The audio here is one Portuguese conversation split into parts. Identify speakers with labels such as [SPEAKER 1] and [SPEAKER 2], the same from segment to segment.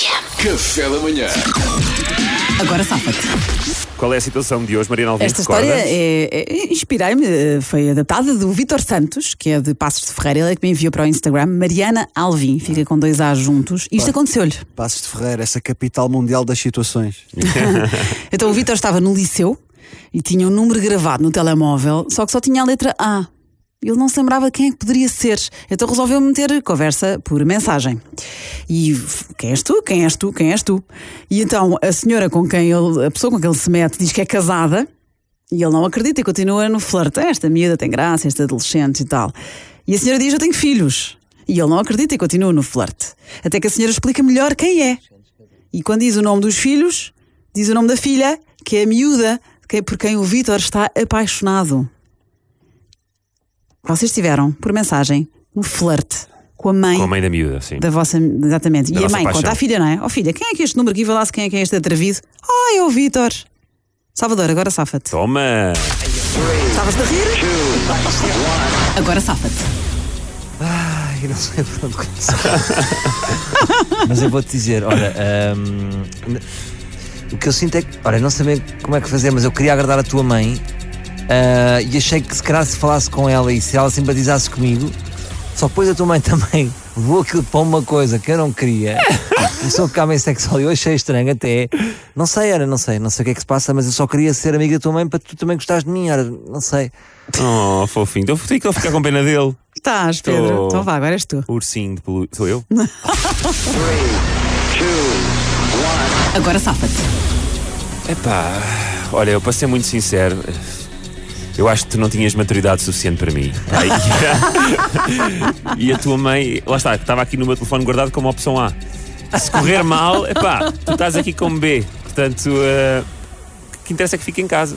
[SPEAKER 1] Café da manhã.
[SPEAKER 2] Agora safa-te.
[SPEAKER 3] Qual é a situação de hoje, Mariana Alves?
[SPEAKER 2] Esta história é, é- inspirei-me, eh, foi adaptada do Vitor Santos, que é de Passos de Ferreira, ele é que me enviou para o Instagram, Mariana Alvim, fica com dois A's juntos, e isto aconteceu-lhe.
[SPEAKER 4] Passos de Ferreira, essa capital mundial das situações.
[SPEAKER 2] Então o Vitor estava no liceu e tinha um número gravado no telemóvel, só que só tinha a letra A. Ele não se lembrava quem é que poderia ser. Então resolveu meter conversa por mensagem. E f- quem és tu? Quem és tu? Quem és tu? E então a senhora com quem ele, a pessoa com quem ele se mete, diz que é casada e ele não acredita e continua no flerte. "Ah, Esta miúda tem graça, este adolescente e tal. E a senhora diz: Eu tenho filhos. E ele não acredita e continua no flerte. Até que a senhora explica melhor quem é. E quando diz o nome dos filhos, diz o nome da filha, que é a miúda, que é por quem o Vítor está apaixonado. Vocês tiveram, por mensagem, um flerte com a mãe
[SPEAKER 3] Com a mãe da miúda, sim.
[SPEAKER 2] da vossa. Exatamente.
[SPEAKER 3] Da
[SPEAKER 2] e a
[SPEAKER 3] nossa
[SPEAKER 2] mãe
[SPEAKER 3] paixão.
[SPEAKER 2] conta à filha, não é? Ó filha, quem é que é este número aqui? Vê lá se quem é que é este atrevido. Ah, é o Vítor. Salvador, agora safa-te.
[SPEAKER 3] Toma!
[SPEAKER 2] Estavas de rir? Agora safa-te.
[SPEAKER 5] Ai, não sei por onde começar. Mas eu vou-te dizer, olha, hum, n- o que eu sinto é que, olha, não sei bem como é que fazer, mas eu queria agradar a tua mãe ah, e achei que se calhar se falasse com ela e se ela simpatizasse comigo, só que depois a tua mãe também levou aquilo para uma coisa que eu não queria. Começou a ficar meio sexual e eu achei estranho até. Não sei, era, não sei, não sei o que é que se passa, mas eu só queria ser amiga da tua mãe para tu também gostares de mim, era, não sei.
[SPEAKER 3] Oh, fofinho. Então fiquei que ele ficar com pena dele.
[SPEAKER 2] Estás, Pedro.
[SPEAKER 3] Estou.
[SPEAKER 2] Então vá, agora és tu.
[SPEAKER 3] Ursinho de pelu... Sou eu?
[SPEAKER 2] Agora safa-te.
[SPEAKER 3] Epá, olha, eu para ser muito sincero, eu acho que tu não tinhas maturidade suficiente para mim. Pá, e- e a tua mãe, lá está, estava aqui no meu telefone guardado como opção A. Se correr mal, epá, tu estás aqui como B. Portanto, eh, o que interessa é que fique em casa.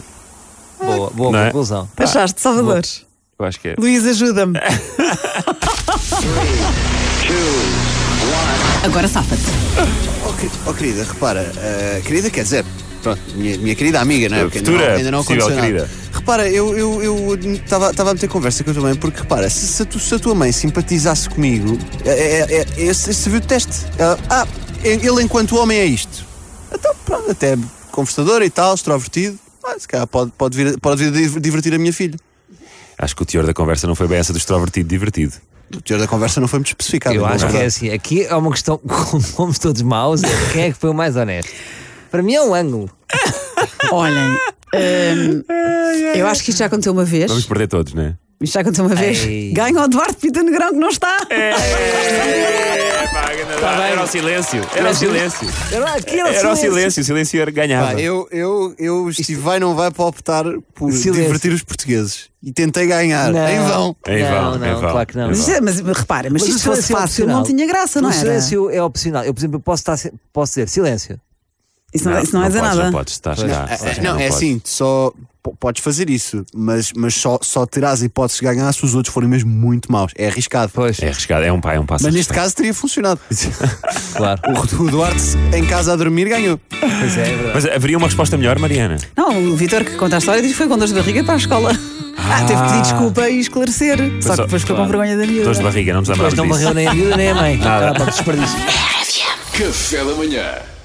[SPEAKER 5] Boa, boa
[SPEAKER 3] Não é?
[SPEAKER 5] conclusão.
[SPEAKER 2] Achaste, Salvador.
[SPEAKER 3] Eu acho que é.
[SPEAKER 2] Luís, ajuda-me. Agora safa-te.
[SPEAKER 4] Oh, queri- oh, querida, repara, ah, querida quer dizer, pronto, minha, minha querida amiga, não é?
[SPEAKER 3] Eh,
[SPEAKER 4] Porque
[SPEAKER 3] futura,
[SPEAKER 4] ainda não, ainda não
[SPEAKER 3] possível
[SPEAKER 4] aconteceu nada.
[SPEAKER 3] querida.
[SPEAKER 4] Repara, eu estava eu, estava- estava a meter conversa com a tua mãe, porque repara, se, se a tu- se a tua mãe simpatizasse comigo, é, é, é, é, esse esse serviu de teste. Ela, ah, ele enquanto homem é isto. Então, pronto, até conversador e tal, extrovertido, ah, se calhar pode, pode, vir, pode vir divertir a minha filha.
[SPEAKER 3] Acho que o teor da conversa não foi bem essa do extrovertido divertido.
[SPEAKER 4] O teor da conversa não foi muito
[SPEAKER 3] Tá
[SPEAKER 4] especificado.
[SPEAKER 5] Eu
[SPEAKER 4] não é
[SPEAKER 5] acho que é
[SPEAKER 4] verdade?
[SPEAKER 5] assim. Aqui é uma questão, como fomos todos maus, é quem é que foi o mais honesto? Para mim é um ângulo.
[SPEAKER 2] Olhem, hum, eu acho que isto já aconteceu uma vez.
[SPEAKER 3] Vamos perder todos, não é?
[SPEAKER 2] Isto já aconteceu uma vez.
[SPEAKER 5] Ei.
[SPEAKER 2] Ganha o Duarte Pita Negrão que não está.
[SPEAKER 3] Era o silêncio, era o silêncio.
[SPEAKER 5] Era, aqui
[SPEAKER 3] Era o silêncio, o silêncio era ganhava.
[SPEAKER 4] Pá, eu, eu, eu estive vai não vai para optar por
[SPEAKER 5] Silêncio.
[SPEAKER 4] divertir os portugueses. E tentei ganhar.
[SPEAKER 5] Não.
[SPEAKER 4] Em vão.
[SPEAKER 3] Em vão,
[SPEAKER 5] Não,
[SPEAKER 3] em
[SPEAKER 5] não,
[SPEAKER 3] vão,
[SPEAKER 5] claro que não.
[SPEAKER 3] em vão.
[SPEAKER 2] Mas, isto- é, mas repara, mas, se
[SPEAKER 5] o
[SPEAKER 2] isto fosse
[SPEAKER 5] silêncio é
[SPEAKER 2] fácil
[SPEAKER 5] opcional.
[SPEAKER 2] não tinha graça, não
[SPEAKER 5] o
[SPEAKER 2] era?
[SPEAKER 5] silêncio é opcional. Eu, por exemplo, posso, estar, se- posso dizer silêncio.
[SPEAKER 2] Isso não, isso não, é dizer
[SPEAKER 3] podes,
[SPEAKER 2] nada.
[SPEAKER 3] Não podes, estás cá.
[SPEAKER 4] É,
[SPEAKER 3] estás cá,
[SPEAKER 4] não, é
[SPEAKER 3] podes.
[SPEAKER 4] assim, só p- podes fazer isso, mas, mas só, só terás hipóteses de ganhar se os outros forem mesmo muito maus. É arriscado.
[SPEAKER 5] Pois,
[SPEAKER 3] É arriscado, é um pai, é um passo.
[SPEAKER 4] Mas neste caso teria funcionado.
[SPEAKER 5] claro.
[SPEAKER 4] O Duarte, em casa a dormir, ganhou.
[SPEAKER 5] Pois é, é verdade.
[SPEAKER 3] Mas haveria uma resposta melhor, Mariana?
[SPEAKER 2] Não, o Vitor que conta a história diz que foi com dores de barriga para a escola. Ah, teve que pedir desculpa e esclarecer. Só que
[SPEAKER 3] só-
[SPEAKER 2] depois ficou
[SPEAKER 3] claro.
[SPEAKER 2] com vergonha da miúda.
[SPEAKER 3] Dores de barriga, não nos
[SPEAKER 5] Mas
[SPEAKER 3] lembramos
[SPEAKER 5] não
[SPEAKER 3] disso.
[SPEAKER 5] morreu nem a miúda nem a mãe. Nada. Para desperdício.
[SPEAKER 1] Café da manhã.